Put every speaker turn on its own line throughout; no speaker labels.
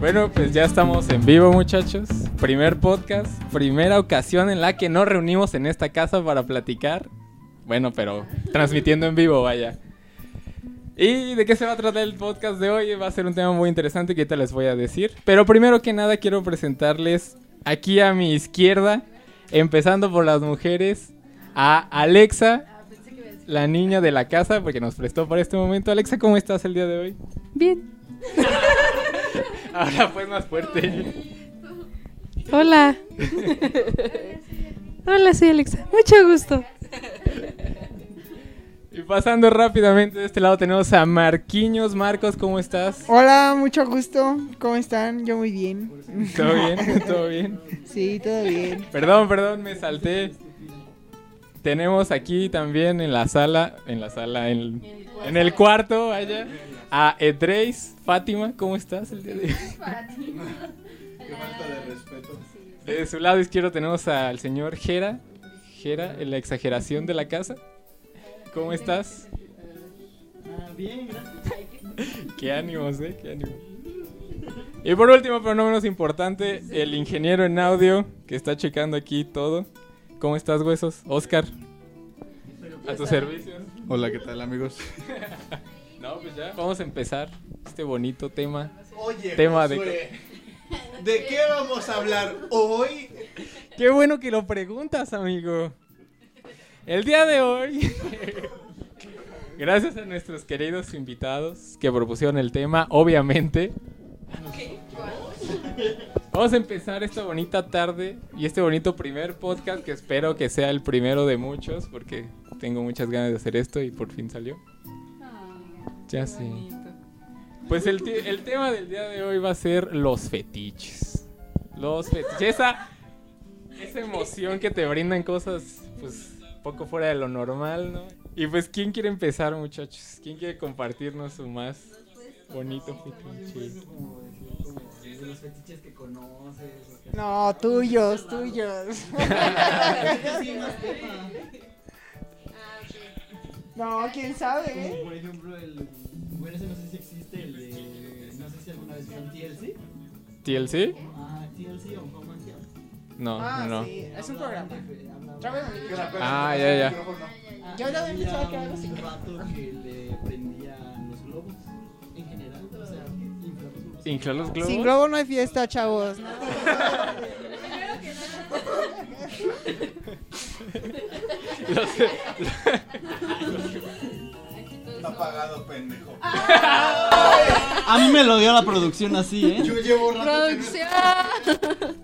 Bueno, pues ya estamos en vivo, muchachos. Primer podcast, primera ocasión en la que nos reunimos en esta casa para platicar. Bueno, pero transmitiendo en vivo, vaya. ¿Y de qué se va a tratar el podcast de hoy? Va a ser un tema muy interesante que ahorita les voy a decir. Pero primero que nada quiero presentarles aquí a mi izquierda, empezando por las mujeres, a Alexa, la niña de la casa, porque nos prestó para este momento. Alexa, ¿cómo estás el día de hoy?
Bien.
Ahora pues más fuerte.
Hola. Hola, soy Alexa. Mucho gusto.
Y pasando rápidamente de este lado tenemos a Marquiños. Marcos, ¿cómo estás?
Hola, mucho gusto. ¿Cómo están? Yo muy bien.
¿Todo bien? ¿Todo bien?
Sí, todo bien.
Perdón, perdón, me salté. Tenemos aquí también en la sala, en la sala, en, en el cuarto, allá, a Edreis. Fátima, ¿cómo estás el día de hoy? De su lado izquierdo tenemos al señor Jera. Jera, en la exageración de la casa. ¿Cómo estás?
Ah, bien, gracias.
Qué ánimos, eh, qué ánimos. Y por último, pero no menos importante, el ingeniero en audio que está checando aquí todo. ¿Cómo estás, huesos? Oscar. A tus servicios.
Hola, ¿qué tal amigos?
No, pues ya. Vamos a empezar este bonito tema. Tema de- Josué,
¿De qué vamos a hablar hoy?
Qué bueno que lo preguntas, amigo. El día de hoy, gracias a nuestros queridos invitados que propusieron el tema, obviamente. Vamos a empezar esta bonita tarde y este bonito primer podcast que espero que sea el primero de muchos porque tengo muchas ganas de hacer esto y por fin salió. Ya sé. Pues el, te- el tema del día de hoy va a ser los fetiches. Los fetiches. Esa, esa emoción que te brindan cosas, pues, poco fuera de lo normal, ¿no? Y pues, ¿quién quiere empezar, muchachos? ¿Quién quiere compartirnos su más bonito fetiche?
De los fetiches que conoces. o que-
No, tuyos, tuyos.
Sí, más
Ah.
tema.
No, quién sabe.
Como por ejemplo el. Bueno, ese no sé si existe el de. No sé si alguna vez vieron TLC.
¿TLC?
Ah, TLC o Home and Health.
No,
Ah,
no.
sí, es un
Hablaban
programa.
de fe- hablaban-
Ah, ya, ya.
Ah, Yo no había pensado que
Había
algo así.
un rato que le prendían los globos. En general, o sea, inflar los globos.
¿Inflar los globos?
Sin globo no hay fiesta, chavos. ¿no?
Está pagado, pendejo.
Ah,
A mí me lo dio la producción así, ¿eh?
Yo llevo rato que no-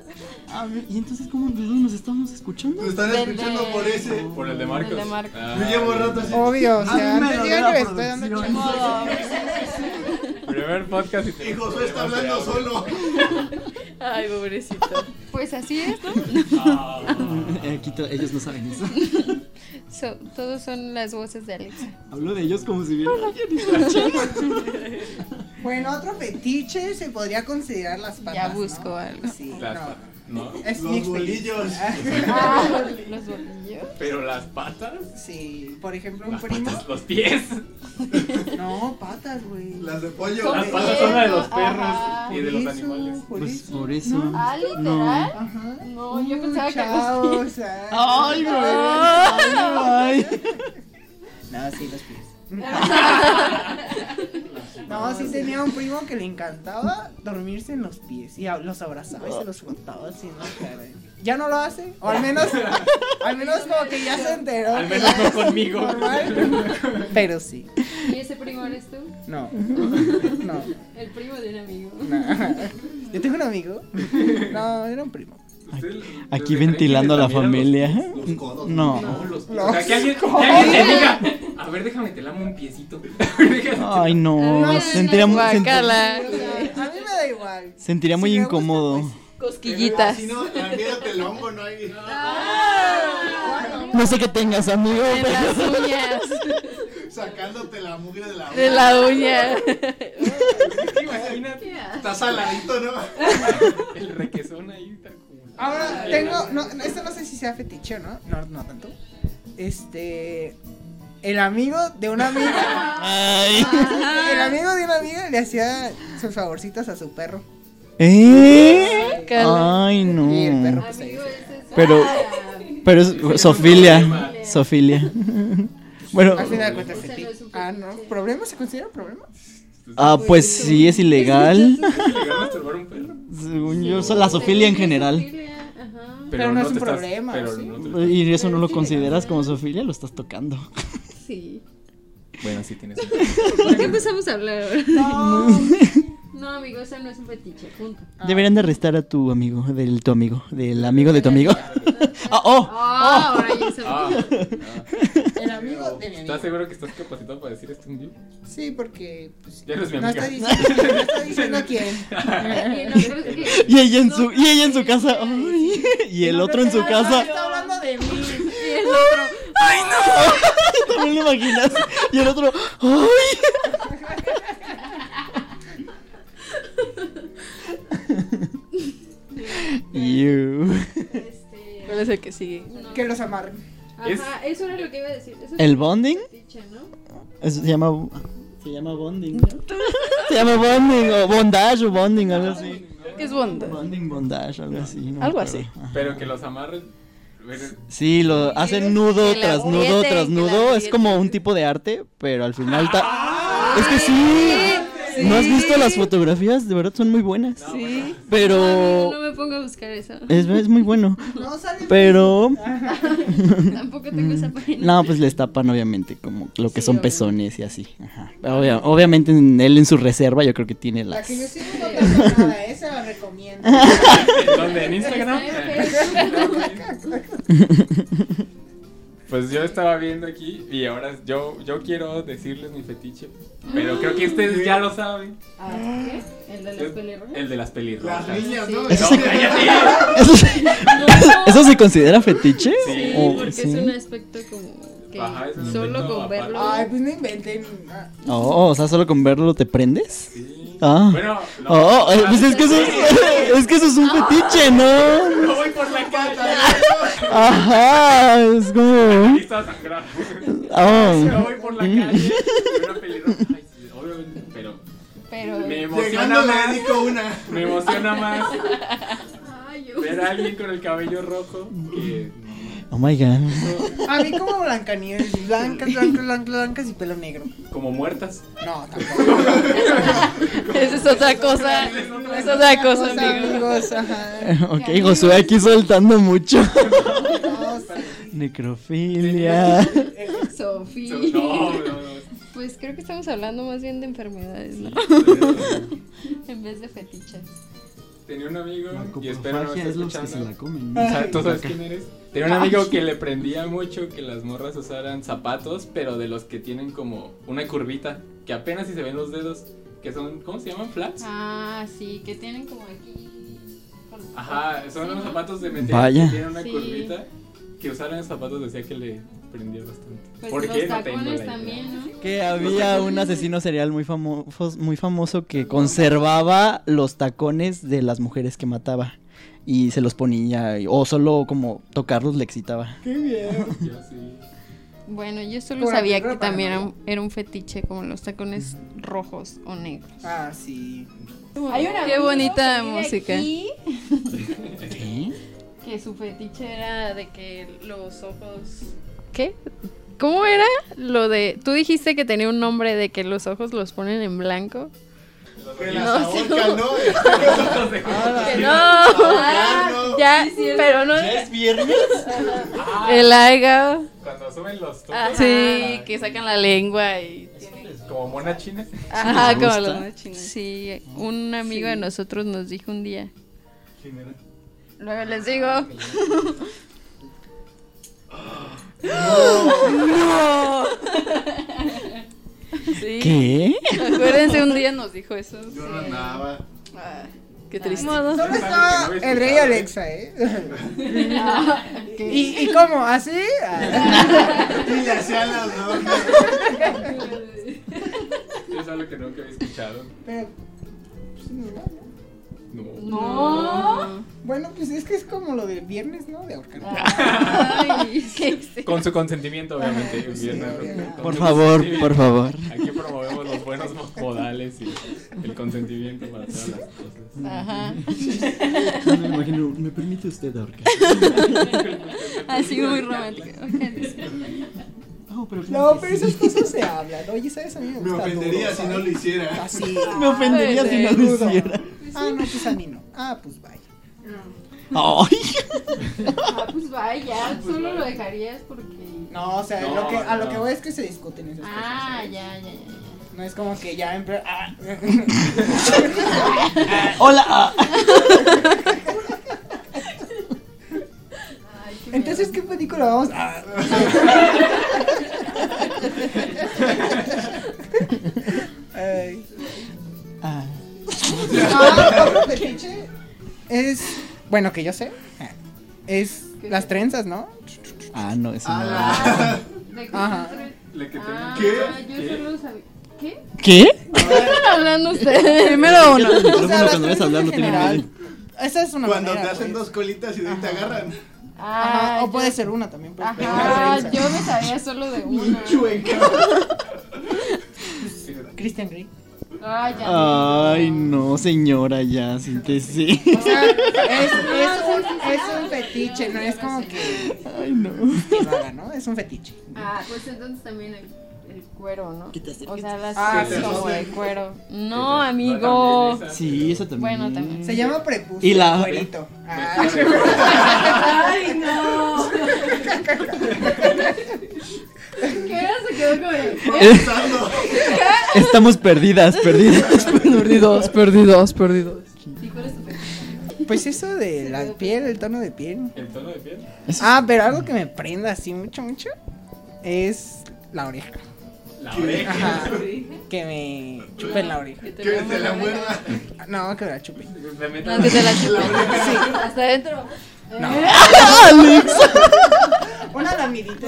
A ver, ¿Y entonces cómo nos estamos escuchando?
Pues,
Lo están escuchando por ese.
Por el de Marcos.
El de Marcos.
Ah,
Yo llevo rato así.
Obvio, o
A mí
sea,
me
no
lo dio
digan
la
que estoy dando
producción.
chamba.
Primer podcast y te-
Y Josué está hablando solo.
Ay, pobrecito.
Pues así es, ¿no?
Eh, aquí to- ellos no saben eso.
So- todos son las voces de Alexa.
Hablo de ellos como si vieran.
Bueno, otro fetiche se podría considerar las patas.
Ya
¿no?
busco algo.
Sí,
Las
no.
patas. No.
Es mi
Los
experiencia.
bolillos.
Ah, Los bolillos.
Pero las patas,
Sí, por ejemplo, un
las
primo.
patas, los pies.
No, patas, güey.
Las de pollo. Ah,
Las
Sí.
patas son las de los perros
Ajá.
y de los animales.
Por
Pues
eso.
por eso.
Ah, literal.
Ajá.
No,
Uy,
yo pensaba que los.
chao, o sea.
Ay, bebé. Ay, ay.
No, sí, los pies. No, sí tenía un primo que le encantaba dormirse en los pies y a- los abrazaba y se los frotaba así en la cara. Ya no lo hace, o al menos, al menos como que ya se enteró.
Al
que
menos
ya
no
es
conmigo.
normal. Pero sí,
¿Y ese primo eres tú?
no, no.
El primo de un amigo.
Yo tengo un amigo. No, era un primo.
Aquí ventilando a la familia.
los codos.
No.
O sea, que alguien, que alguien te diga, a ver, déjame, te lamo un piecito.
Ay, no. Sentiría, mu- sent-
Ah,
Guacala.
O sea, a mí me da igual.
sentiría muy
Si me
incómodo.
Cosquillitas.
Si no, olvídate el hongo, no hay.
Ah.
pues.
No sé qué tengas, amigo.
En las uñas.
Sacándote la mugre de la
De
boca.
la uña.
Imagínate
Estás saladito, ¿no?
el requesón ahí. tal como-
Ahora tengo, no, no, esto no sé si sea fetiche o no, no, no tanto. Este, el amigo de una amiga,
Ay.
Ah. el amigo de una amiga le hacía sus favorcitos a su perro.
¿Eh?
Cala.
Ay,
Y el perro
no.
pues ahí.
Amigo, ese es-
Pero-
Ah,
Pero es sofilia. Sofilia. Bueno,
Al final de cuentas,
Ese
se
no
pi-
es un
Ah, no.
peluche.
¿Problema? ¿Se considera problema?
ah, pues sí, es ilegal.
¿Es ilegal masturbar a un perro?
Según yo, so- la sofilia en general.
Sofilia, ajá.
Pero no es un
te estás-
problema,
pero
¿sí?
no te estás-
Y eso no lo consideras como sofilia, lo estás tocando.
Sí.
Bueno, sí tienes.
¿Por qué empezamos a hablar ahora?
No.
No, amigo, ese no es un fetiche, punto.
Deberían de arrestar a tu amigo, del tu amigo, del amigo de tu amigo. Ah, oh,
Ah, ahora ya se
Ah, ah.
El amigo de mi
¿Estás
amigo.
seguro que estás capacitado para decir esto un día?
Sí, porque. Pues,
Ya eres mi
no
amiga.
está diciendo, no está diciendo quién.
Sí, no, creo que-
y ella en su, y ella en su casa, ay, y el otro en su casa.
Está hablando de mí.
Sí, el otro.
También lo imaginas. Y el otro, ay. You.
Este,
¿Cuál es el que sigue?
no.
Que los amarren.
Ajá, eso era lo que iba a decir. Eso es
¿El
un
bonding?
fetiche, ¿no?
Eso se llama. Se llama bonding. Se llama bonding o bondage o bonding, algo así.
Creo que es bondad.
Bonding, bondage, algo así. no me
Algo
acuerdo.
así.
Ajá.
Pero que los pues, amarren. Pero-
Sí, lo hacen nudo
Que la
tras nudo
aprieten,
tras
que la
nudo. Es
aprieten.
como un tipo de arte, pero al final. ta- Es que sí. ¿No has visto las fotografías? De verdad son muy buenas.
Sí.
Pero.
Amigo, no me pongo a buscar eso.
Es, es muy bueno.
No sale.
Pero.
Tampoco tengo esa página.
No, pues les tapan, obviamente, como lo que
Sí,
son
obvio.
pezones y así. Ajá. Obvia- obviamente, en- él en su reserva, yo creo que tiene
La que yo
las.
sigo no tengo nada, esa la recomiendo.
¿En dónde? ¿En Instagram?
Está en
Pues yo estaba viendo aquí y ahora yo, yo quiero decirles mi fetiche. Pero creo que ustedes ya lo saben.
Ah, ¿qué? ¿El de las
Es-
pelirrojas?
El de las pelirrojas.
Las niñas, ¿no?
Eso se-
No,
¿Eso se, ¿eso se considera fetiche?
Sí,
¿O-
Sí, porque
Oh, sí?
es un aspecto como que
Ajá, es un
solo
aspecto
con
aparte.
verlo.
Ay, pues no inventen. Ah,
Oh, o sea, solo con verlo te prendes.
Sí.
Ah.
Bueno, no.
Oh, eh, pues es que eso es, es que eso es un fetiche, ¿no?
No voy por la cata.
Ajá, es como.
Listo a sangrar.
Oh.
No voy por la calle. Una pelirroja. Ay, sí, Obviamente, pero
Pero.
me emociona
Llegando le
más.
dedico una.
Me emociona más
Ay, yo-
ver a alguien con el cabello rojo que
Oh my god.
A mí como Blancanieves, blancas, blancas, blancas, blancas y pelo negro.
como muertas.
No, tampoco.
Esa es otra cosa. Es otra cosa, amigo.
amigos, ajá.
Ok, Josué aquí soltando mucho.
No, sí.
Necrofilia.
Sofía.
No, no, no.
Pues creo que estamos hablando más bien de enfermedades, ¿no? en vez de fetiches.
Tenía un amigo y espero no esté escuchando.
comen.
O sea, ¿Tú sabes quién eres? Tenía un amigo que le prendía mucho que las morras usaran zapatos, pero de los que tienen como una curvita, que apenas si se ven los dedos, que son, ¿cómo se llaman? Flats.
Ah, sí, que tienen como aquí. con-
Ajá, son
Sí,
unos
¿no?
zapatos de meter
Vaya.
que tienen una
Sí.
curvita. Que usaran zapatos decía que le prendía bastante.
Pues
¿Por
los
qué? No tengo la
tacones
idea.
también, ¿no?
Que había un asesino serial muy famoso, muy famoso que conservaba los tacones de las mujeres que mataba y se los ponía y- o solo como tocarlos le excitaba.
Yo sí.
Bueno, yo solo
Por la
sabía
película
que también era
paranormal.
un, era un fetiche como los tacones rojos o negros.
Ah, sí.
Qué bonita música.
Que su fetiche era de que los ojos. ¿Qué? ¿Cómo era lo de.? Tú dijiste que tenía un nombre de que los ojos los ponen en blanco.
Que las
No,
ahorcan, ¿no? eh.
Ah. ¡Que no!
no.
ya, pero no.
es viernes?
El aiga.
Cuando suben los topes.
Ajá, Sí, que sacan la lengua y.
Como mona china.
Ajá,
me
como
gusta.
los Sí, un amigo de nosotros nos dijo un día. Luego les digo.
Sí.
¿Qué?
Acuérdense, un día nos dijo eso.
Yo no andaba.
Ah, qué triste.
Solo estaba el rey Alexa, ¿eh? ¿Y, y cómo? ¿Así? Ah.
Y le hacían las dos.
Es algo que nunca había escuchado.
Pero, pues, no, no.
No.
No.
Bueno, pues es que es como lo del viernes, ¿no? De ahorcar.
Ah. Ay, sí, sí.
Con su consentimiento, obviamente.
sí,
Bien,
obviamente.
¿no?
Por favor, por favor.
Aquí promovemos los buenos mo- modales y el consentimiento para todas las cosas.
Ajá.
No me imagino, ¿me permite usted ahorcar?
Así muy romántico.
No, pero.
No, pero esas cosas se hablan. Oye, ¿sabes? A mí me
Me
gusta
ofendería
duro,
si
¿sabes?
no
Ah,
lo hiciera.
Así.
Me ofendería si no lo hiciera.
Ah, no, pues a mí no. Ah, pues vaya.
Ay.
Ah, pues vaya, solo lo dejarías porque.
No, o sea,
No,
lo que, a lo
no.
que voy es que se discuten esas cosas.
Ah,
¿sabes?
ya, ya, ya. ya.
No es como que ya en plan, ah.
Hola. ah.
Ay, qué
Entonces, ¿qué película vamos a.? Ay.
Ah.
Ah, otro fetiche es. Bueno, que yo sé. eh, Es las trenzas, ¿no?
Ah, no, eso
A
no.
la-
miedo. ¿De qué
Ajá.
tres?
La que tenga-
Ah,
¿Qué?
yo
¿Qué?
solo sabía. ¿Qué?
¿Qué?
Están hablando ustedes. Primero uno.
El micrófono
O sea, las
cuando vayas a
trenzas
hablar
en
no tiene
general.
nadie.
Esa es una
Cuando te
manera,
hacen
pues.
dos colitas y de ahí te agarran.
Ah,
Ajá, o
yo-
puede ser una también. pues, pero
Ajá,
es una trenza.
yo me sabía solo de una.
Christian Grey.
Ah, ya.
Ay, no, señora, ya, siéntese.
O sea, es, es un, es un fetiche, no es como que,
Ay, no.
que lo haga, ¿no? Es un fetiche.
Ah, pues entonces también el, el cuero, ¿no? O sea, las
Ah,
sí,
sí.
como el cuero.
No, amigo.
Sí, eso también.
Bueno, también.
Se llama prepucio.
Y la-
cuerito. Ah,
Ay, no. ¿Qué era? Se quedó con el cuero.
Eh, Estamos perdidas, perdidas, perdidos, perdidos, perdidos.
¿Y cuál es tu fetiche?
Pues eso de la piel, el tono de piel.
El tono de piel.
Ah, pero algo que me prenda así mucho, mucho es la oreja.
La oreja.
Ajá. Que me chupen la oreja.
Que te
Que
veamos
te la
oreja.
muerda.
No, que me la chupen.
Me meto
No, que te la chupe.
Hasta adentro.
No.
Eh,
Una lamidita.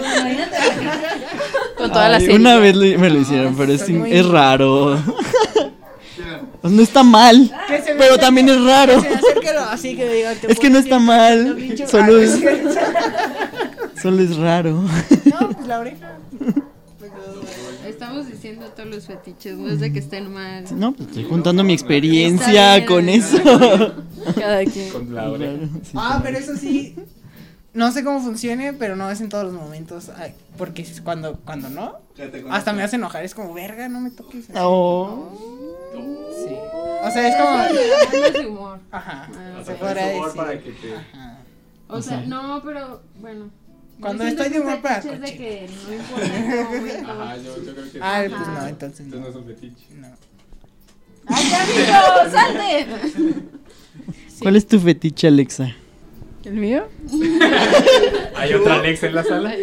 Con toda la
Ay,
serie.
Una vez lo- me lo hicieron, pero es,
soy muy-
es raro. Pues no está mal,
Que se me
pero
acerque-
también es raro.
que Se me acerque lo- así que diga.
Es que no está mal, solo es, solo es raro.
No, pues la oreja.
Estamos diciendo todos los fetiches, no es de que estén mal.
No, pues estoy contando mi experiencia con eso.
Cada quien.
Con la oreja.
Sí,
Ah, pero eso sí. No sé cómo funcione, pero no es en todos los momentos. Ay, porque es cuando, cuando no, Ah, hasta me hace enojar. Es como, verga, no me toques.
Oh.
Sí. O sea, es como.
No es de humor. Ah,
Ajá.
O
Se
sea,
podrá
con sudor
decir.
para que te-
Ajá.
O sea, no, pero bueno.
Cuando
Diciendo
estoy de
que
humor para
fetiches de
cochino.
que no importa el
Ajá,
momento.
yo, yo creo que.
Ah,
sí.
pues no, entonces
Entonces no es
no.
un fetiche.
No.
¡Ay, amigos! ¡Salte!
¿Cuál es tu fetiche, Alexa?
¿El mío?
Hay otra Alexa en la sala.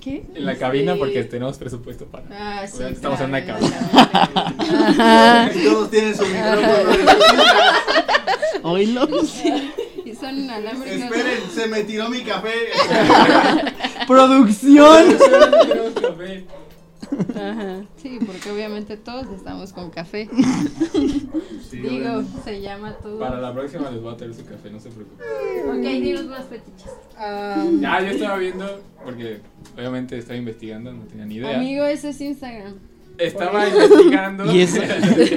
¿Qué?
En la cabina,
Sí.
porque tenemos presupuesto para.
Ah, sí.
Obviamente estamos en una
claro,
Ajá.
Y todos tienen su micrófono.
Hoy lo
Y son inalámbricos.
Esperen, se me tiró mi café.
¡Producción!
Tenemos café.
Ajá.
Sí, porque obviamente todos estamos con café.
Sí,
Digo, se llama todo.
Para la próxima les voy a traer su café, no se preocupen.
Ok, dinos más fetiches.
Ya, yo estaba viendo, porque obviamente estaba investigando, no tenía ni idea.
Amigo, ese es Instagram.
Estaba investigando.
Y esa,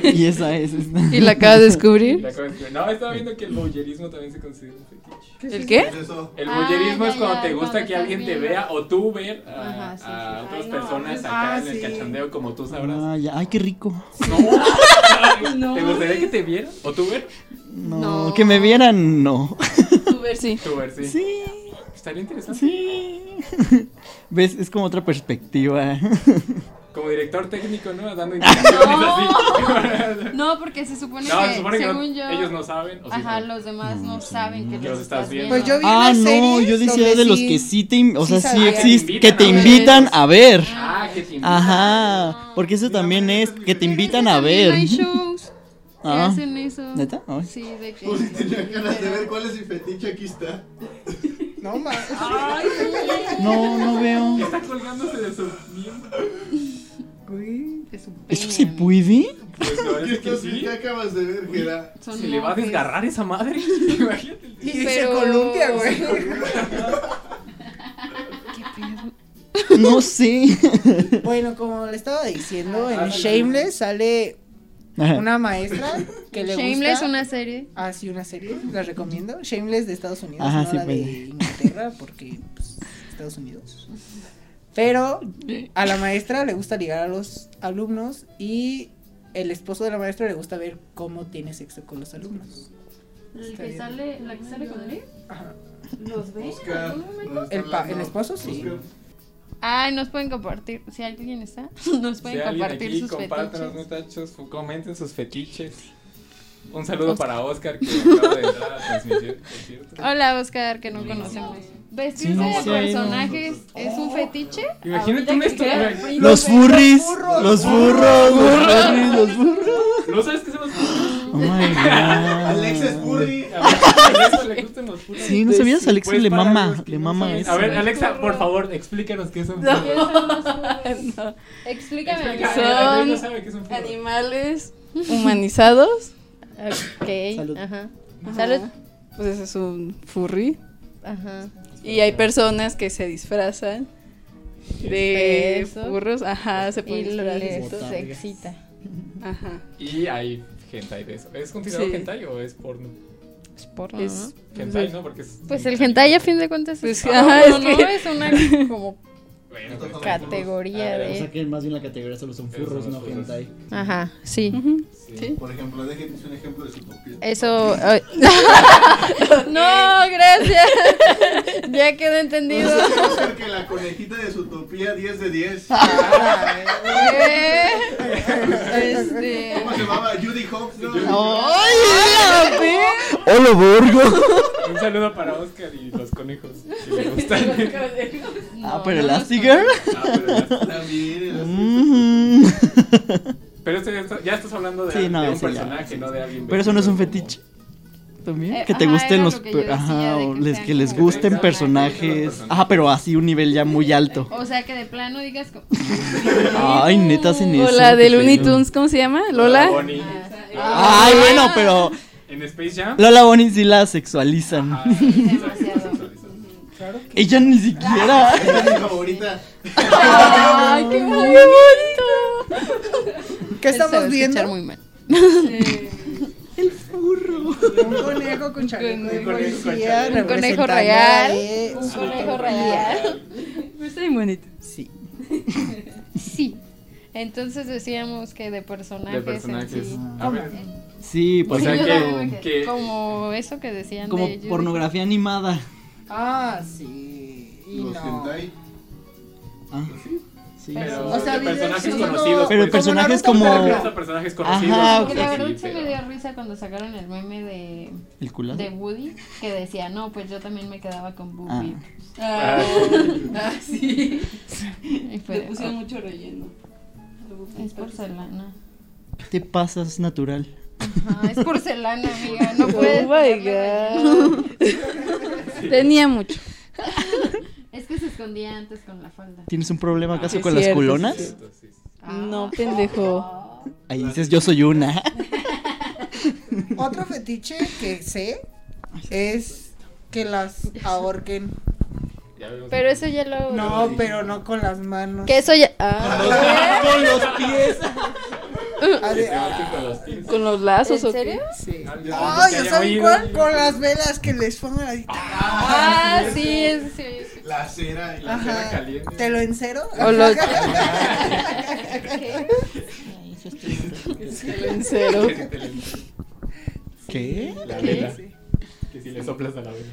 y esa es. esta.
¿Y la acabas de
Y
descubrir?
la cosa es que- No, estaba viendo que el voyerismo también se considera un fetiche.
¿El qué?
es eso.
El
Ah,
voyerismo
ya,
es cuando
ya,
te gusta
cuando
que
estás
alguien te
viendo.
vea o tú ver a,
Ajá, sí,
a
sí.
otras
Ay, no,
personas
es-
acá
ah,
en el
sí.
cachondeo como tú sabrás.
Ah, ya. Ay, qué rico.
No. ¿Te gustaría que te vieran? ¿O tú ver?
No,
No.
que me vieran, no.
Uber, sí.
Tú ver, sí.
Sí,
Estaría interesante.
sí. ¿Ves? Es como otra perspectiva.
Como director técnico, ¿no? Dando indicaciones así.
No, porque se supone
No,
que,
se supone que no-
según yo,
ellos no saben. O sí
ajá,
saben.
los demás no, saben que
Que
los estás viendo.
Pues yo vi
Ah,
unas
no,
series
yo decía
donde
de los
sí-
que sí te, in- o sea,
sí
sí
sabían.
existen, que te
A ver.
invitan a ver.
Ah, que te invitan.
Ajá, porque eso también es que te invitan a ver.
Hay shows que
Ah,
hacen eso.
¿Neta? Ay.
Sí, de que.
Uy, Pues tenía ganas de ver cuál es mi fetiche. Aquí está.
No, ma.
No, no veo.
Está colgándose de su miembro.
Güey.
de su pene,
¿Eso se
amigo.
puede?
Pues
Y
parece que
entonces,
sí.
¿qué acabas de ver, Gera?
Son
Se le va a
monjes.
desgarrar esa madre. Imagínate. el-
Y
Pero-
se columpia, güey.
¿Qué pedo?
No sé.
Bueno, como le estaba diciendo, en
Ah, sí.
Shameless sale
Ajá.
una maestra que le gusta.
Shameless, una serie.
Ah, sí, una serie, la recomiendo. Shameless de Estados Unidos,
Ajá,
no
sí,
la
pues.
de Inglaterra, porque pues, Estados Unidos. Pero a la maestra le gusta ligar a los alumnos y el esposo de la maestra le gusta ver cómo tiene sexo con los alumnos.
El
Está
que
bien.
sale, la que sale con él,
Ajá.
los ve.
Busca.
El, pa- el esposo sí.
Ay, nos pueden compartir. Si alguien está, nos pueden
Si alguien
compartir
aquí,
sus
compártanos,
fetiches.
muchachos, fu- comenten sus fetiches. Un saludo para Oscar que acaba de entrar a la transmisión, por cierto.
Hola, Oscar, que no
Sí.
conocemos.
Sí,
Vestirse
no,
de
sí,
personajes es un fetiche.
Imagínate una historia.
Los furries. Los burros. Los furries. Los furros.
¿No sabes qué son los furries?
Oh my god.
Alex Spurry.
A Alexa le gustan los furries.
Sí, ¿no sabías? Alex
Pues,
le
para
mama.
los que
Le
no
mama
saben-
eso.
A ver, Alexa, por favor, explícanos qué son furros.
No.
Explícame.
Explica,
Son-
Adrián no sabe qué son furros.
Animales humanizados.
Ok.
Salud.
Ajá.
Ajá.
Salud.
Pues ese es un furry.
Ajá.
Y hay personas que se disfrazan
De
de
eso.
burros. Ajá, se
Y
pueden
lo-
disfrazar de
le-
esto.
se excita.
Ajá.
Y hay hentai de eso. ¿Es considerado
Sí.
hentai o es porno?
Es porno,
Es,
¿no?
Hentai, ¿no? Porque es
Pues el hentai a fin de cuentas
Pues,
es,
ajá,
porno,
es que-
¿no? Es una como
Bueno, pero son
categoría
Ah,
O sea
de...
que más bien la categoría solo son furros, no hentai.
Ajá, sí.
Ujú.
furros. pues, Sí.
Sí.
Por ejemplo, déjenos un ejemplo de su copia.
Eso. ay. no, gracias. ya quedó entendido.
Oscar que la conejita de su topía 10 de 10.
Eh,
Este.
¿Cómo se llamaba? Judy Hopps, ¿no?
¡Hola, Borgo!
Un saludo para Oscar y los conejos. Si le gustan.
Ah,
no,
pero
no los
Elastigirl.
Ah, pero ya está.
También. el
Mm.
Pero este ya, está- ya estás hablando de,
Sí, no,
de un
sí, ya,
personaje,
sí,
no de alguien.
Pero eso no es un
vestido.
fetiche. ¿También?
Eh,
que te
ajá,
gusten
era
los.
lo que yo
per-
decía,
ajá,
de
o
que
les,
sean
que les
como
gusten
personajes.
personajes. Ajá, pero así un nivel ya muy alto.
O sea que de plano digas como...
Ay, neta, hacen eso.
O la
qué
de Looney
feo.
Tunes, ¿cómo se llama? Lola.
Ah, Bonnie.
Ah,
Ah,
Ay, bueno, pero
En Space Jam.
Lola Bonnie sí la sexualizan.
Ah,
demasiado.
Ella ni siquiera.
Esta es mi favorita.
¡Ay, qué bonito!
¿Qué estamos viendo?
muy mal.
Un conejo con chaleco de
Un conejo con
policía,
chaleco.
Un conejo
representando
real.
a-
Un
Ah,
conejo
ah,
real.
Está bien bonito.
Sí.
Sí. Entonces decíamos que de personajes.
De
en
personajes.
sí.
A ver.
Sí,
O
por
sea que.
ejemplo.
que
Como eso que decían
Como
de Judy.
pornografía animada.
Ah, sí. Y
Los
no.
hentai.
Ah, sí.
pero
O sea,
de
vive-
personajes
sí,
conocidos.
Pero
pues,
personajes
Naruto,
como-
referencias a personajes conocidos.
Ajá,
sí,
Porque Ah, la
sí,
verdad se me
pero-
dio risa cuando sacaron el meme de,
El culazo.
de Woody que decía, no, pues yo también me quedaba con
Ah.
Booby.
Ah,
Ah, sí.
Y fue
Le
de,
pusieron mucho relleno.
"Oh, es porcelana.
Te pasas natural.
Ajá, es porcelana, amiga. No
Oh
puedes.
my
ponerle relleno.
Tenía mucho.
Es que se escondía antes con la falda. Ah.
¿Tienes un problema acaso
es
con las
cierto, sí,
culonas?
sí.
cierto, sí, sí.
No, pendejo.
Oh.
Ahí dices, yo soy una.
Otro fetiche que sé es que las ahorquen.
Ya vemos.
Pero eso ya lo.
No, pero no con las manos.
Que eso ya. Ah,
Con los pies.
Ah,
Que
de-
se ahorquen con los pies.
¿Con los lazos
¿En
o qué?
serio?
sí.
Ah, yo
Ah,
tampoco
ya
había
saben
oído.
cuál, con las velas que les pongan ahí.
Ah, sí, es, sí.
La cera. y la-
La cera
Ajá.
caliente.
¿Te lo encero?
O los
Que
lenceros.
si te le-
¿Qué?
La vela. Que si le soplas a la vela.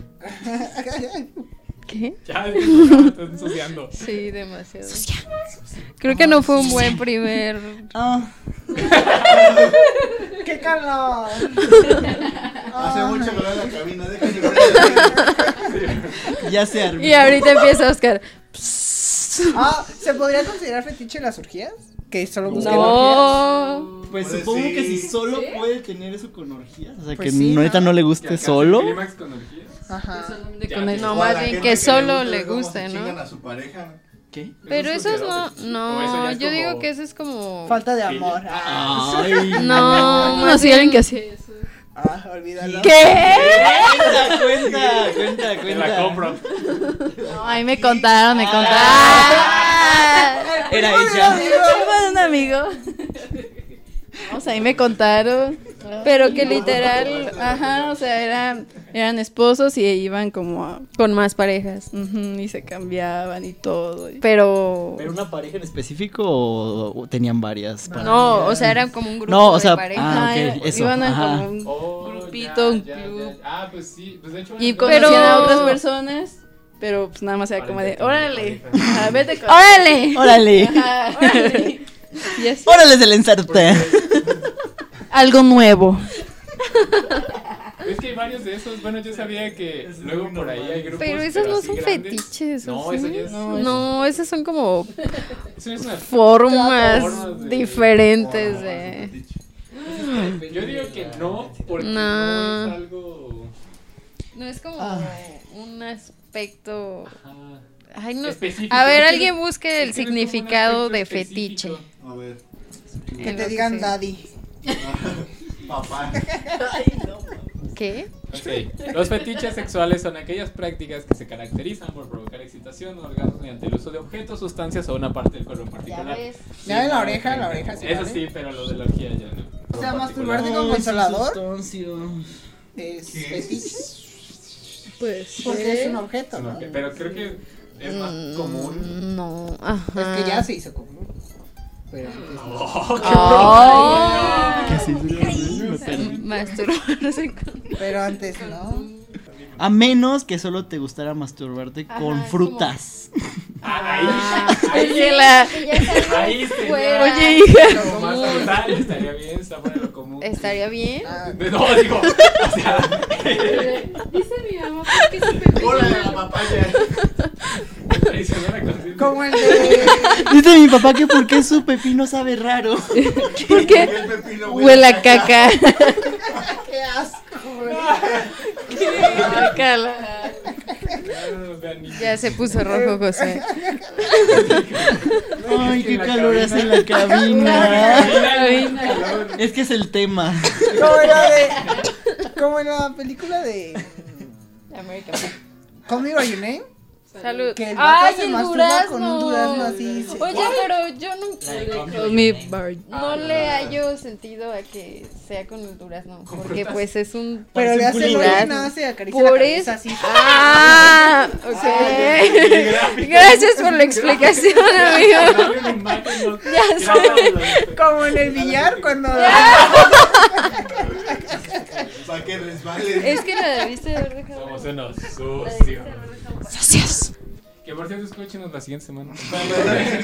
¿Qué?
Ya, ya, estás ensuciando.
Sí, demasiado. Creo que no fue un buen primer.
Ah. ¡Qué calor!
Ah.
Hace mucho calor en la cabina. Déjenme ver.
Ya se armó.
Y ahorita empieza Oscar.
Ah, ¿se podría considerar fetiche las orgías? Que solo busquen orgías.
No.
Pues
Pues
supongo
sí.
que si solo puede tener eso con orgías. O sea,
Pues
que
sí,
neta
¿no?
no le
Que acá
guste
hace
solo.
clímax con orgías.
Ajá.
De con el-
O
No,
a
más
la
bien
gente
que
le
solo
gusta
le
ver cómo se
guste,
chingan
¿no?
a su pareja.
¿Qué?
Pero
es
esos no.
considerado
No,
O eso ya es
yo digo
como-
que eso es como.
Falta de amor.
Ay,
No, más
Conocí a
bien-
alguien que hacía eso.
Ah, olvídalo.
¿Qué?
cuenta, cuenta, cuenta,
Te
cuenta.
la compro.
No, ahí me contaron, me contaron.
Ah.
Era ella.
Fue de un amigo. O sea, ahí me contaron. Pero que literal, ajá, o sea, eran, eran esposos y iban como a-
Con más parejas.
ujú, y se cambiaban y todo. y-
Pero.
¿Pero una pareja en específico o, o tenían varias? para-
No, o sea, eran como un grupo
No, o sea,
de eh, parejas.
ah,
Ajá,
ok,
era-
eso,
Iban a
ajá.
como un-
Oh,
grupito, un
ya,
club.
ya. Ah, pues sí. Pues de hecho,
y
bueno,
conocían
Pero-
a otras personas, pero pues nada más era
Para
como de,
entretener a la
órale,
pareja".
ajá, vete con...
¡Órale!
Órale.
Ajá, órale. Y así.
Órale, se le ensarté.
Algo nuevo.
Es que hay varios de esos. Bueno, yo sabía que
Eso es
luego
muy
por ahí
normal.
hay grupos.
Pues, Pero esos no
así
son
grandes.
fetiches. ¿o
No,
sí?
eso ya es-
No, esas son como
Eso es una- Formas
formas
de-
diferentes de.
Yo digo que no, porque no,
No.
es algo
No es como
Ah.
un aspecto.
ajá,
Ay, no.
específico.
A ver,
Es que
alguien
no-
busque el
es que no es como un
significado de
aspecto
fetiche.
específico.
A ver.
en
Que
lo
te
que
digan
sea.
daddy.
Papá.
¿Qué?
Ok, Los fetiches sexuales son aquellas prácticas que se caracterizan por provocar excitación o orgasmos mediante el uso de objetos, sustancias o una parte del cuerpo en particular.
Ya en la oreja, en la oreja, sí,
Eso
¿vale?
sí, pero lo de la orgía ya no.
O sea,
En particular.
masturbarte con consolador
Sustancias.
es
¿Qué?
fetiche.
Pues
Porque es un objeto, ¿no?
Ok, Pero creo que es más común.
Mm, No, ajá.
Es que ya se hizo común. Pero
Oh. Ay.
¿Qué es eso?
Masturbarse con.
Pero antes, ¿no?
A menos que solo te gustara masturbarte
Ajá,
con
es
frutas.
Ah, Ahí,
Porque la-
ahí, ahí sería
fuera.
Oye, hija.
lo más total, estaría bien, está fuera de lo común.
¿Estaría bien?
Ah,
No, digo, o sea,
Dice mi mamá "¿Por qué siempre me
Hola,
dicen
la
algo?".
papaya.
traicionó la conciencia.
como el de.
Dice mi papá que porque su pepino sabe raro.
¿por qué?
El pepino
Huele a caca.
¡Qué asco!
Ay, cala.
Claro, no vean ni-
Ya se puso rojo José.
Ay,
que
qué
la
calor
cabina-
hace en la cabina. Es que es el tema.
Como era de. Como en la película de. Call Me By Your Name.
Salud.
pues. Que el vato
Ay,
se
el
masturba
durazno.
con un durazno así. se-
Oye, pero yo no,
Mi bar.
no le hallo sentido a que sea con el durazno, porque pues es un
pero le hace lo
durazno.
que nada, se acaricia
Por
la cabeza
eso-
así.
Ah, ok. Gracias por la explicación, amigo.
Dame una imagen, no- Grábalo.
Como en el billar cuando.
Para que resbale.
Es que la debiste haber dejado.
Somos unos sucios. Que por cierto, escúchenos la siguiente semana.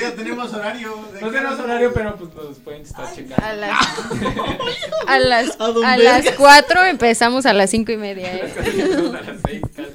Ya tenemos horario.
No tenemos horario, pero pues nos pueden estar
A
checando.
las, a las,
¿A dónde
a las 4 empezamos a las cinco y media. ¿eh?
A las seis casi.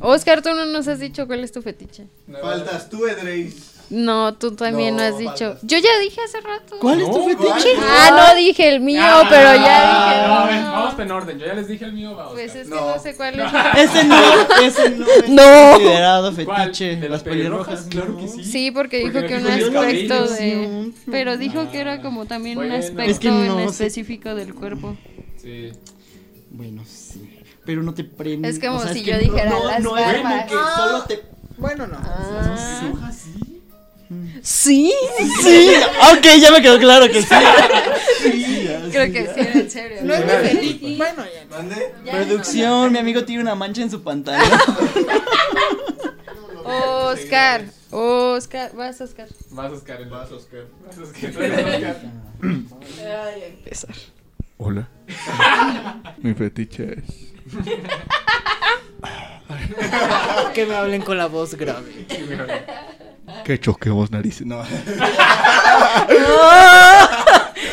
Oscar, tú no nos has dicho cuál es tu fetiche.
No,
Faltas tú, Edreis.
No, tú también no,
No,
has dicho.
faltas.
Yo ya dije hace rato.
¿Cuál es tu
No,
fetiche?
Ah, no dije el mío, pero
Ah, no, a
ya dije.
ver,
No,
vamos en orden. Yo ya les dije el mío, vamos.
Pues es que
No.
no sé cuál es.
Ese no, ese no es
No.
considerado
¿Cuál?
fetiche.
¿De las pelirrojas? Claro que sí.
Sí, porque dijo
Porque
que un
dijo el
aspecto
cabello,
de.
sí, un-
Pero dijo que era como también
Bueno.
un
Es que
aspecto
no, sí.
en específico del cuerpo.
Sí.
Bueno, sí. Pero no te prende.
Es como si yo
no-
dijera
no,
las
no es como
barbas.
que solo te.
Bueno, no.
Ah.
¿Rojas sí?
Sí.
Sí, ok, ya me quedó claro que sí. Sí,
Creo
así
que
ya.
sí, era en serio.
No es
Una
mi
disculpa.
fetiche. Bueno, ya. no.
¿Mande?
Producción, mi amigo tiene una mancha en su pantalla.
Oscar, Oscar, vas Oscar.
Vas, Oscar. el-
Vas, Oscar.
Vas, Oscar. Oscar.
Hola. Mi fetiche es.
Que me hablen con la voz grave.
Que choquemos narices. No.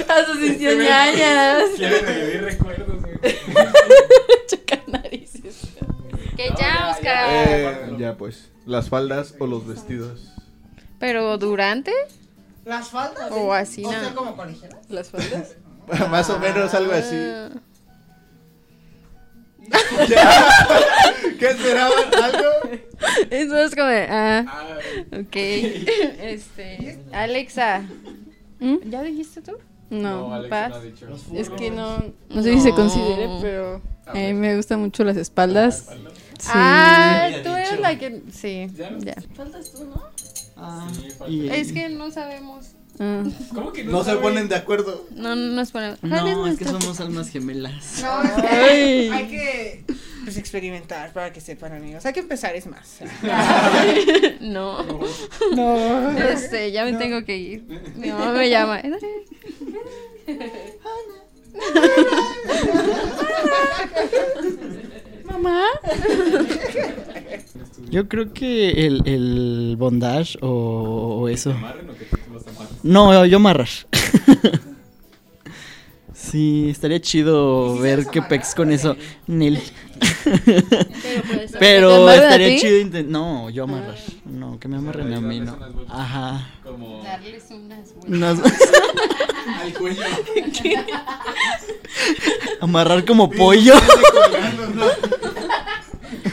Asociación ñañas.
Quieren revivir recuerdos, güey.
Chocar narices.
Que
No,
ya,
ya,
Oscar.
ya.
Eh, ya pues. Las faldas o los vestidos.
Pero durante
¿Las faldas?
o así
O sea,
no.
como colegiala.
Las faldas.
Más o menos algo así.
Ah.
¿Qué esperaban? ¿Algo?
Eso es como de, ah,
Ah,
ok. este, Alexa. ¿Mm? ¿Ya dijiste tú?
No,
Alex,
paz.
ha dicho.
Es que no, no,
No.
sé si se considere, pero
A
a mí
ver.
me gustan mucho las espaldas. Sí.
Ah,
Ya
tú eres
dicho.
la que. Sí,
Ya no-
ya.
Faltas tú, ¿no?
Ah.
Sí, falta-
y-
Es que no sabemos.
Ah.
¿Cómo que no,
No se
sabe?
ponen de acuerdo.
No, no nos ponemos. ¿Cuál
No, es que
nuestra-
somos almas gemelas.
No, es que
Ay.
hay que pues, experimentar para que sepan, amigos. Hay que empezar, es más.
No.
No.
Este, ya me tengo que ir. Mi mamá me llama. Mamá.
Yo creo que el, el bondage o, o eso.
¿Te amarren o que tú te vas a amarrar?
No, yo amarrar. sí, estaría chido ver qué pex con eso. Nel.
pues,
¿Te
Pero
amarran a ti?
estaría chido inten- No, yo amarrar. No, que me amarren a mí,
darles
no.
unas vueltas.
Ajá.
Como...
Darles unas
Nos-
Al cuello.
amarrar como pollo.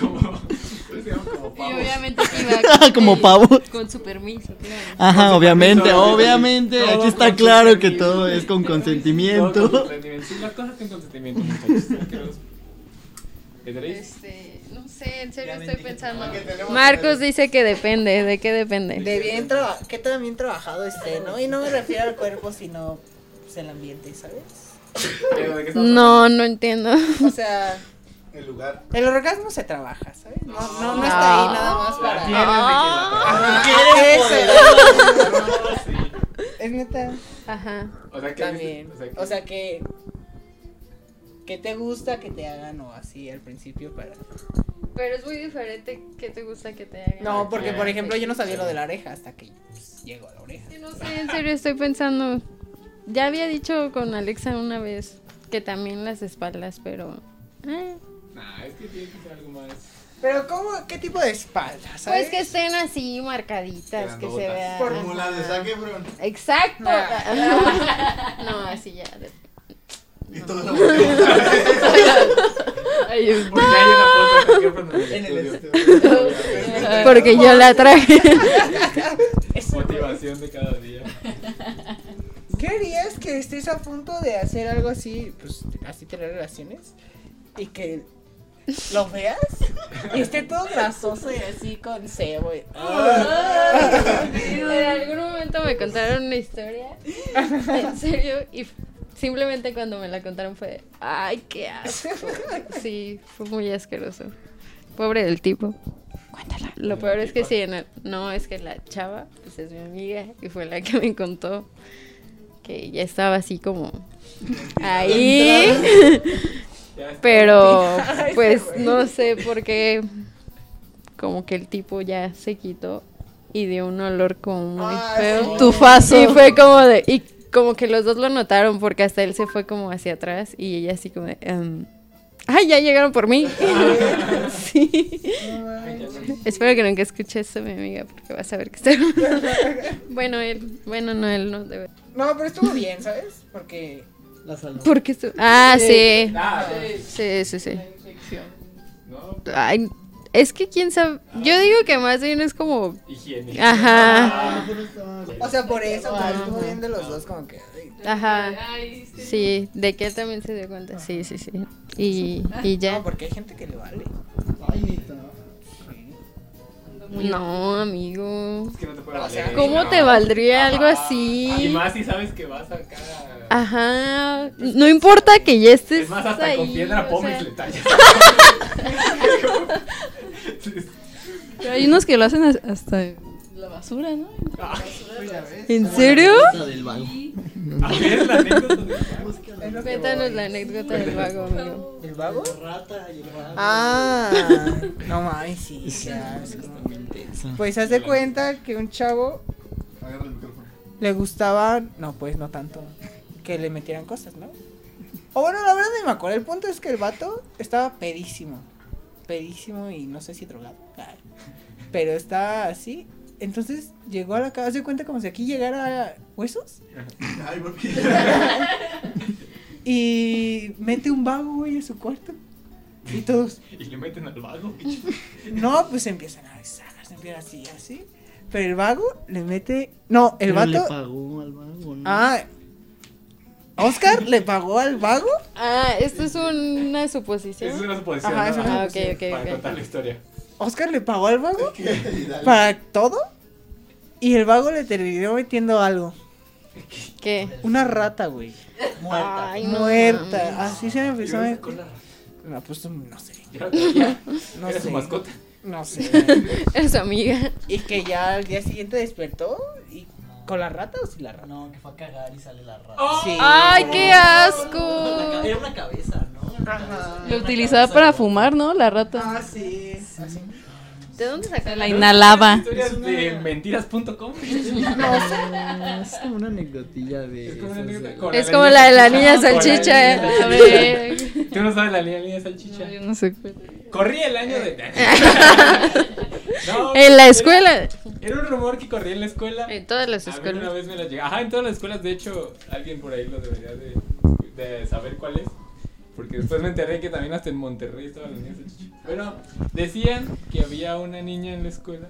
como... ¿cómo se llama? Como
Y
pavos.
obviamente que iba con-
Ah, Como Ah. pavo.
Con su permiso, claro.
Ajá, obviamente,
permiso,
obviamente.
todo
Aquí
con
está claro que
consentimiento.
todo es con
Todo con
consentimiento.
consentimiento. Sí, las cosas tienen consentimiento, muchachos. Hay que los- ¿Edreis?
Este, no sé, en serio
Ya me
estoy
dije,
pensando.
que tenemos
Marcos dice que depende, ¿de qué depende?
De bien traba- que también trabajado esté, ¿no? Y no me refiero al cuerpo, sino pues, el ambiente, ¿sabes?
Pero, ¿de qué estamos
No, no entiendo.
O sea,
hablando? El lugar.
el orgasmo se trabaja, ¿sabes? No, no, no está ahí nada más para.
Ah,
Eso. Es neta.
Ajá.
O sea, que
También.
o sea, que-
O sea que. Que te gusta que te hagan o así al principio para.
Pero es muy diferente qué te gusta que te hagan.
No, porque por ejemplo yo no sabía lo de la oreja hasta que pues, llego a la oreja.
Sí, No sé, en serio estoy pensando. Ya había dicho con Alexa una vez que también las espaldas, pero. eh,
Nah, es que tiene que ser algo más.
Pero ¿cómo? ¿Qué tipo de espalda? ¿sabes?
Pues que estén así marcaditas, que se
Grandotas.
vean.
Como la de Zac Efron.
Exacto. no, así ya.
Y todo lo
Porque hay una foto de Zac Efron
En el
estudio.
Porque yo la traje.
Motivación de cada día.
¿Qué harías que estés a punto de hacer algo así, pues así tener relaciones? Y que lo veas y esté todo grasoso y así con cebo. y- ah,
En algún momento me contaron una historia. En serio. Y f- simplemente cuando me la contaron fue. ¡Ay, qué asco! Sí, fue muy asqueroso. Pobre del tipo. Cuéntala. Lo peor es que sí, en el- no, es que la chava, pues es mi amiga y fue la que me contó que ya estaba así como ahí,
Ya está.
pero pues no sé por qué como que el tipo ya se quitó y dio un olor como muy
Ah,
feo.
sí.
Tufazo.
Y fue como de. Y como que los dos lo notaron porque hasta él se fue como hacia atrás y ella así como de. "Em, ¡Ay, ya llegaron por mí! sí. Espero que nunca escuche eso, mi amiga, porque vas a ver que está. bueno, él. Bueno, no, él no debe.
No, pero estuvo bien, ¿sabes? Porque
Porque esto. Ah, sí.
Ah,
Sí, sí, sí.
no,
Ay, es que quién sabe. Yo digo que más bien es como.
higiene.
Ajá.
o sea, por eso o sea, estuvo bien de los dos como que ay,
Ajá. Sí, de que él también se dio cuenta. Sí, sí, sí. Y, y ya.
no, porque hay gente que le vale.
Ay, neta.
No, amigo.
Es que no te puede valer.
¿Cómo te valdría algo
Y
así?
más si sabes que vas acá. a-
Ajá. No importa que ya estés.
Es más, hasta
pues ahí,
con piedra
o
pómez
sea,
le tallas.
Pero hay unos que lo hacen as- hasta la basura, ¿no?
¿En serio?
A ver, la anécdota de-
Cuéntanos la anécdota del vago, amigo.
¿El vago? Ah, no mames, sí. ya, es como- Pues haz de cuenta que un chavo
Agarra el micrófono.
le gustaban, no, pues no tanto, que le metieran cosas, ¿no? O bueno, la verdad no me acuerdo. El punto es que el vato estaba pedísimo. Pedísimo y no sé si drogado. ay, Pero estaba así. Entonces llegó a la casa, haz de cuenta como si aquí llegara huesos.
Ay, por
Y mete un vago, güey, a su cuarto. Y todos,
Y le meten al vago.
no, pues se empiezan a besar, se empiezan así, así. Pero el vago le mete. No, el
Pero le
vato.
pagó al vago, ¿no?
Ah, Oscar le pagó al vago.
Ah, esto es una
Esa es
suposición.
una suposición.
Ajá, es
¿no?
una
Ah, ok, ok,
Para
ok.
contar la historia.
Oscar le pagó al vago
Y dale.
para todo. Y el vago le terminó metiendo algo.
¿Qué?
Una rata, güey.
Ay, no
Muerta.
mames.
Así se me
Pues,
empezó a.
Yo con la-
No, pues no sé.
ya- ya-
No
Era su
sé.
mascota.
No sé.
Eres amiga.
y que ya al día siguiente despertó. Y... ¿Con la rata o sin la rata?
No, que fue a cagar y sale la rata.
Sí.
Ay, qué
Una ca-
asco.
Era una cabeza, ¿no? Una cabeza,
Lo
una
utilizaba
cabeza
para
de-
fumar, ¿no? La rata.
Ah, sí.
¿De dónde sacaste
La inhalaba.
Historias de mentiras.com.
Es como una anecdotilla de.
Es como una
esas de-
anécdota con
Es como la de la niña
Con la
salchicha. eh.
niña
A
salchicha.
ver.
Tú no sabes la niña, niña salchicha.
Yo no sé.
Corría el año de. No, pues,
En la
era-
escuela.
Era un rumor que corría en la escuela.
En todas las
A mí una
escuelas.
vez me la llegué. Ajá, en todas las escuelas, de hecho, alguien por ahí lo debería de, de saber cuál es. Porque después me enteré que también hasta en Monterrey estaban las niñas salchichas. Bueno, decían que había una niña en la escuela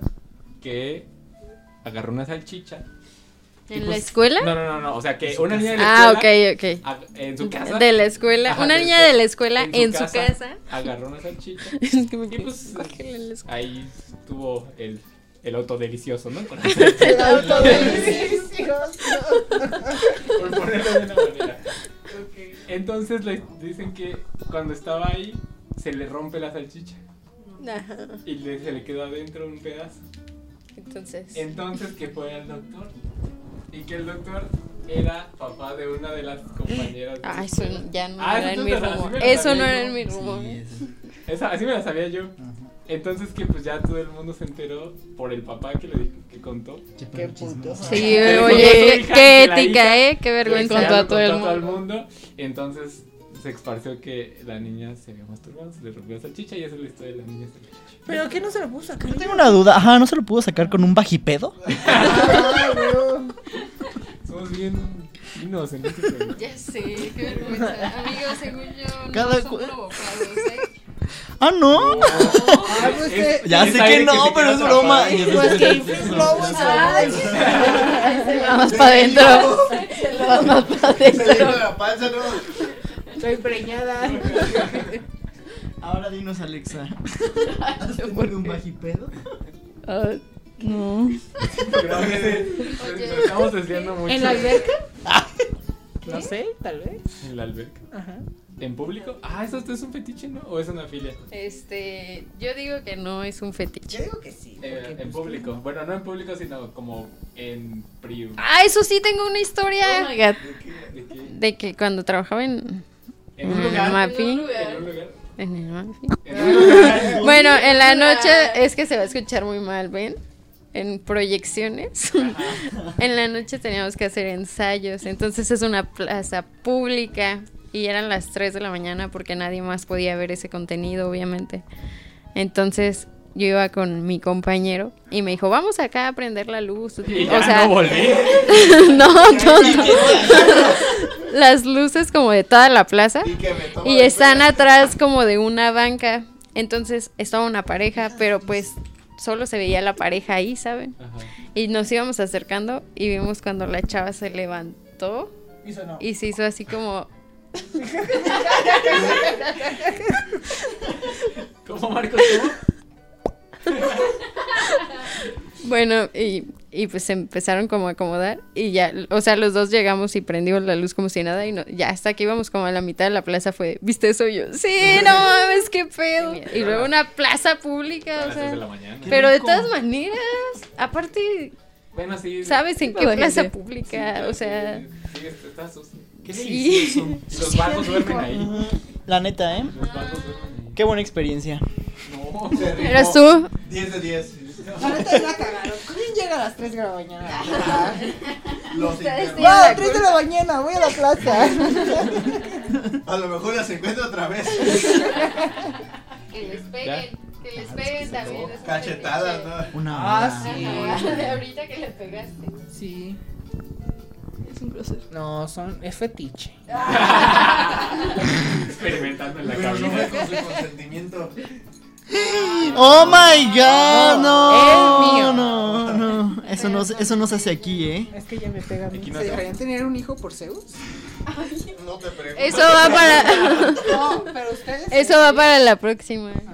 que agarró una salchicha. y
¿En la
pues-
escuela?
No, no, no, no. O sea, que una niña en la
Ah,
escuela.
ok, ok.
ag- En su casa.
De la escuela.
Ajá,
Una
de
niña
escuela.
de la escuela en su casa.
Agarró una salchicha.
Es que me
Y pues
Cógela en la escuela.
ahí tuvo el, el auto delicioso, ¿no? Por
El auto
por ponerlo de una manera. Entonces le dicen que cuando estaba ahí se le rompe la salchicha
Ajá.
y le- se le quedó adentro un pedazo.
Entonces.
Entonces que fue al doctor y que el doctor era papá de una de las compañeras. de-
Ay, eso ya no
Ah, eso
era en
tú
mi
te la- sí me
rumor.
la
Eso
sabía
no
yo.
era en mi
Sí,
rumor.
es-
Esa- así me la sabía yo. Entonces que pues ya todo el mundo se enteró por el papá que le dijo, que contó.
Qué puto.
Sí,
Le contó a su
oye,
hija,
qué
que la hija-
ética, ¿eh? Qué
Ya
vergüenza.
Contó a
lo
todo el
contó a mundo. Entonces se esparció que la niña se había masturbado, se le rompió la salchicha y esa es la historia de la niña salchicha.
¿Pero qué no se lo puso acá?
Pues
Yo tengo una duda. Ajá, ¿no se lo pudo sacar con un bajipedo?
Somos bien finos en este programa.
Ya sé, qué vergüenza. Amigos, según yo,
Cada
no
cu-
son provocados, ¿eh?
Ah,
Eh,
no.
Ah, pues
Oh, Es-
que-
Ya
es
sé
aire
que no,
se
pero
queda
es broma.
atrapado.
Pues que infles globos.
Ay, Vamos para adentro. Vamos para
Se le
adentro.
hizo la panza, ¿no?
Estoy preñada.
Ahora dinos, Alexa. ¿Has tenido un bajipedo?
Ah, no.
Creo que se-
Oye.
nos estamos desviando mucho.
¿En la alberca? No sé, tal vez.
En la alberca.
Ajá.
¿En público? Ah, ¿eso es un fetiche, no? ¿O es una filia?
Este, yo digo que no es un
Yo
fetiche.
digo que sí.
Eh,
porque,
en
pues,
público. Bueno, no en público, sino como en privado.
Ah, eso sí, tengo una
Oh
historia
my god.
¿De qué?
de que cuando trabajaba en,
En un
Mm,
lugar.
mapi.
En un lugar.
en el Mafi.
En
Ah.
un lugar.
Bueno, en la noche, es que se va a escuchar muy mal, ¿ven? En proyecciones. en la noche teníamos que hacer ensayos. Entonces es una plaza pública y eran las 3 de la mañana porque nadie más podía ver ese contenido, obviamente. Entonces yo iba con mi compañero y me dijo, vamos acá a prender la luz.
Y
o
ya
sea,
no volví.
no, tonto. las luces como de toda la plaza.
Y que me toma
Y
de
están
pelo.
atrás como de una banca. Entonces estaba una pareja, pero pues solo se veía la pareja ahí, ¿saben?
Ajá.
Y nos íbamos acercando y vimos cuando la chava se levantó
Hizo no.
y se hizo así como...
¿Cómo, Marcos? ¿Cómo?
Bueno, y, y pues se empezaron como a acomodar y ya, o sea, los dos llegamos y prendimos la luz como si nada y no, ya hasta que íbamos como a la mitad de la plaza fue, ¿viste eso? Y yo, sí, no mames, qué pedo. Y luego una plaza
A
pública, o
las 3 de la
sea,
mañana.
pero de
rico.
todas maneras, aparte,
Bueno, sí.
sabes en qué
Bueno,
plaza
sí.
Sí,
pública,
claro,
o sea,
sí, sí, está- está sucio.
Qué
Sí.
delicioso.
Y los barcos duermen ahí.
La neta, ¿eh?
Los barcos duermen ahí.
Qué buena experiencia.
No.
Se rifó.
eras
Oh.
tú.
10 de 10.
La neta ya cagaron. ¿Quién llega a las 3 de la mañana?
Los internos.
tienen-
No, 3 de la mañana, voy a la plaza.
A lo mejor las encuentro otra vez.
Que les
peguen,
que les
peguen también,
Cachetadas, ¿no?
Una
Ah,
hora.
sí.
De ahorita que le pegaste.
Sí.
Es un grosero.
No, son, es fetiche.
Experimentando en la
Pero no
cabina.
fue con su consentimiento.
Oh my god, no.
es mío.
No, no. Eso no, se- eso no se hace aquí, ¿eh?
Es que ya me pega a mí.
Aquí no
¿Se
se-
dejarían tener un hijo por Zeus?
No te pregunto.
Eso va para.
No, pero ustedes.
Eso va para la próxima.
Ah.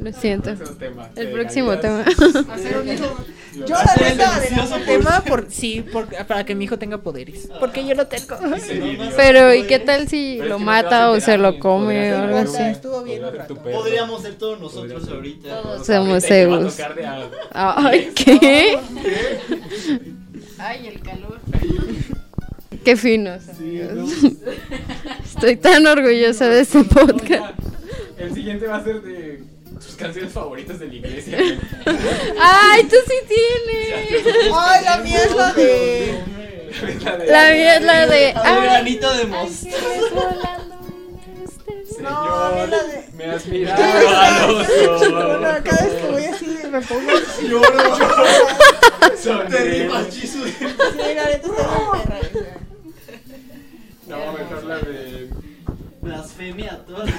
Lo siento.
Próximo tema.
El
Sí,
próximo
galletas.
tema.
Hacer un hijo.
Yo-
Yo la neta adelanto el tema por, sí, por- para que mi hijo tenga poderes. Porque yo no tengo.
Sí, Dios.
Pero, ¿y qué tal si
Pero es
lo
que no te vas a
mata o se
enterar
lo
ni
come
podrías
o
ser
algo
tu
así?
perro,
Estuvo bien
podrías ser
un
tu
rato.
perro.
Podríamos ser todos nosotros ahorita.
Todos
Ahorita
somos
te va a
Zeus.
tocar de a-
Ay, ¿qué? Ay, el calor. Qué finos. amigos. Estoy tan orgullosa de este podcast.
El siguiente va a ser de sus canciones favoritas de la iglesia.
Ay, tú sí tienes.
Ay, la mía es la de.
La de-
La mía es la de. "Ah". Ay,
de mos.
ángeles volando en este-
Señor,
No, a mí la de-
me has mirado a los
Bueno,
ojos.
cada vez que voy así me pongo. Sí,
Sonríe.
Te rimas, Chisu.
la neta está bien perra.
No, mejor la de.
Blasfemia a todas.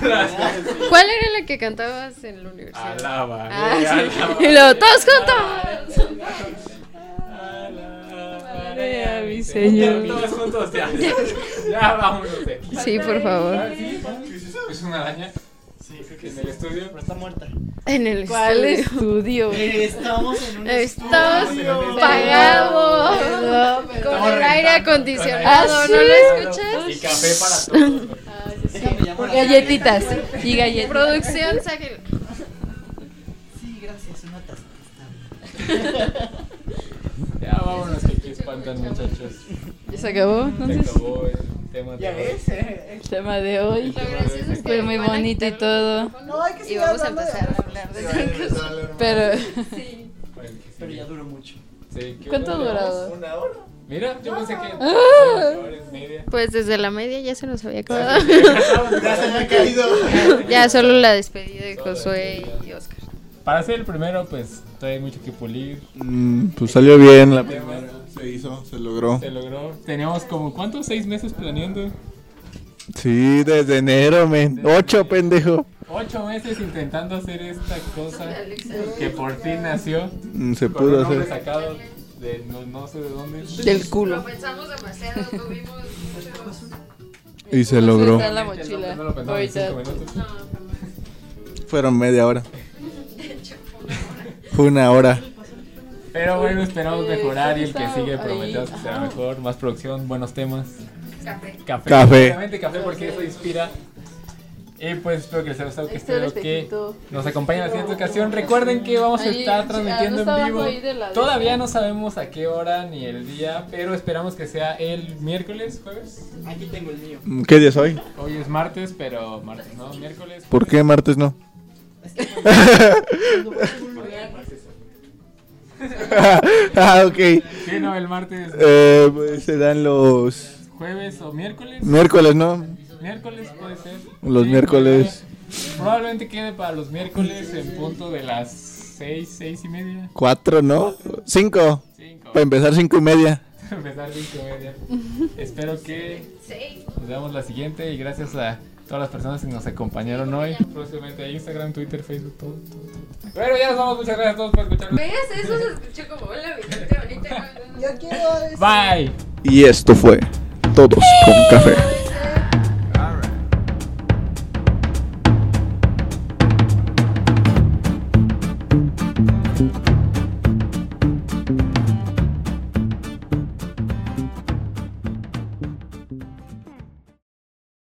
¿Cuál era la que cantabas en la universidad?
Alaba.
Ah,
eh,
sí.
alaba.
Y luego, todos juntos.
Alabaré eh, a mi
Señor.
Todos juntos, ya. Ya vámonos eh. de aquí.
Sí, por favor.
¿Es una araña? Sí, creo que en el estudio.
Pero está muerta. Eh,
En el
¿Cuál
estudio.
estudio?
Estamos en
Eh,
un
Estamos
estudio.
pagados
Perdón, perdón.
con el aire acondicionado.
Ah,
¿No
¿sí?
lo escuchas?
Y café para todos.
Galletitas y galletas.
Producción, sáquenlo.
Sí, gracias, una taza.
Ya vámonos que aquí espantan muchachos.
¿Ya se acabó?
Se
Entonces,
acabó el tema de hoy. eh.
el tema de hoy.
Lo gracioso es que
Fue muy
van a
bonito y
quitar
todo.
No, hay que
Y
seguir
vamos a
hablando de-
empezar a hablar de
Pero
Para el que
Pero ya
sigue.
duró mucho.
Sí, ¿qué
¿Cuánto ha
hora llevamos?
durado? Ah.
Una hora.
Mira, yo pensé que hora y media.
Pues desde la media ya se nos había acabado.
Ya se me ha caído.
ya solo la despedida de Josué y Oscar.
Para ser el primero, pues todavía hay mucho que pulir.
pues salió bien la primera. Se hizo, se logró.
Se logró. Teníamos como, ¿cuántos? ¿Seis meses planeando?
Sí, desde enero, men. Ocho, pendejo.
Ocho meses intentando hacer esta cosa que por fin nació.
Mm, Se
Con un
pudo
nombre
hacer.
sacado de no, no sé de dónde.
del culo.
pensamos demasiado, tuvimos
Y se logró.
Está en la
No,
mochila.
lo pensamos en
Ahorita.
cinco minutos.
Fueron media hora. Fue una hora.
Pero bueno, esperamos mejorar y el que
está
sigue
ahí.
prometemos que será mejor, más producción, buenos temas.
café.
Café.
Café.
Obviamente café porque eso inspira. Y pues espero que les haya gustado, que espero que nos acompañen en la siguiente ocasión. Recuerden que vamos a
Ahí,
estar
ah,
transmitiendo
no está
en
abajo
vivo.
ahí de la-
Todavía no sabemos a qué hora ni el día, pero esperamos que sea el miércoles, jueves.
Aquí tengo el mío.
Mm, ¿Qué día es hoy?
Hoy es martes, pero martes no, miércoles.
¿Por qué martes no? ah, ok.
Sí, no, el martes,
Eh, pues, se dan los
jueves o miércoles.
miércoles, ¿no?
Miércoles puede ser.
Los miércoles.
puede. Probablemente quede para los miércoles en punto de las 6, 6 y media.
Cuatro, ¿no? Cinco.
5.
Para empezar cinco y media.
Empezar 5 y media. Espero que nos veamos la siguiente y gracias a todas las personas que nos acompañaron hoy. Próximamente a Instagram, Twitter, Facebook, todo. todo, todo. Bueno, ya nos vamos. Muchas gracias a todos por escucharnos.
¿Veas? Eso se escuchó como hola, bonita.
Bye.
Y esto fue Todos con Café.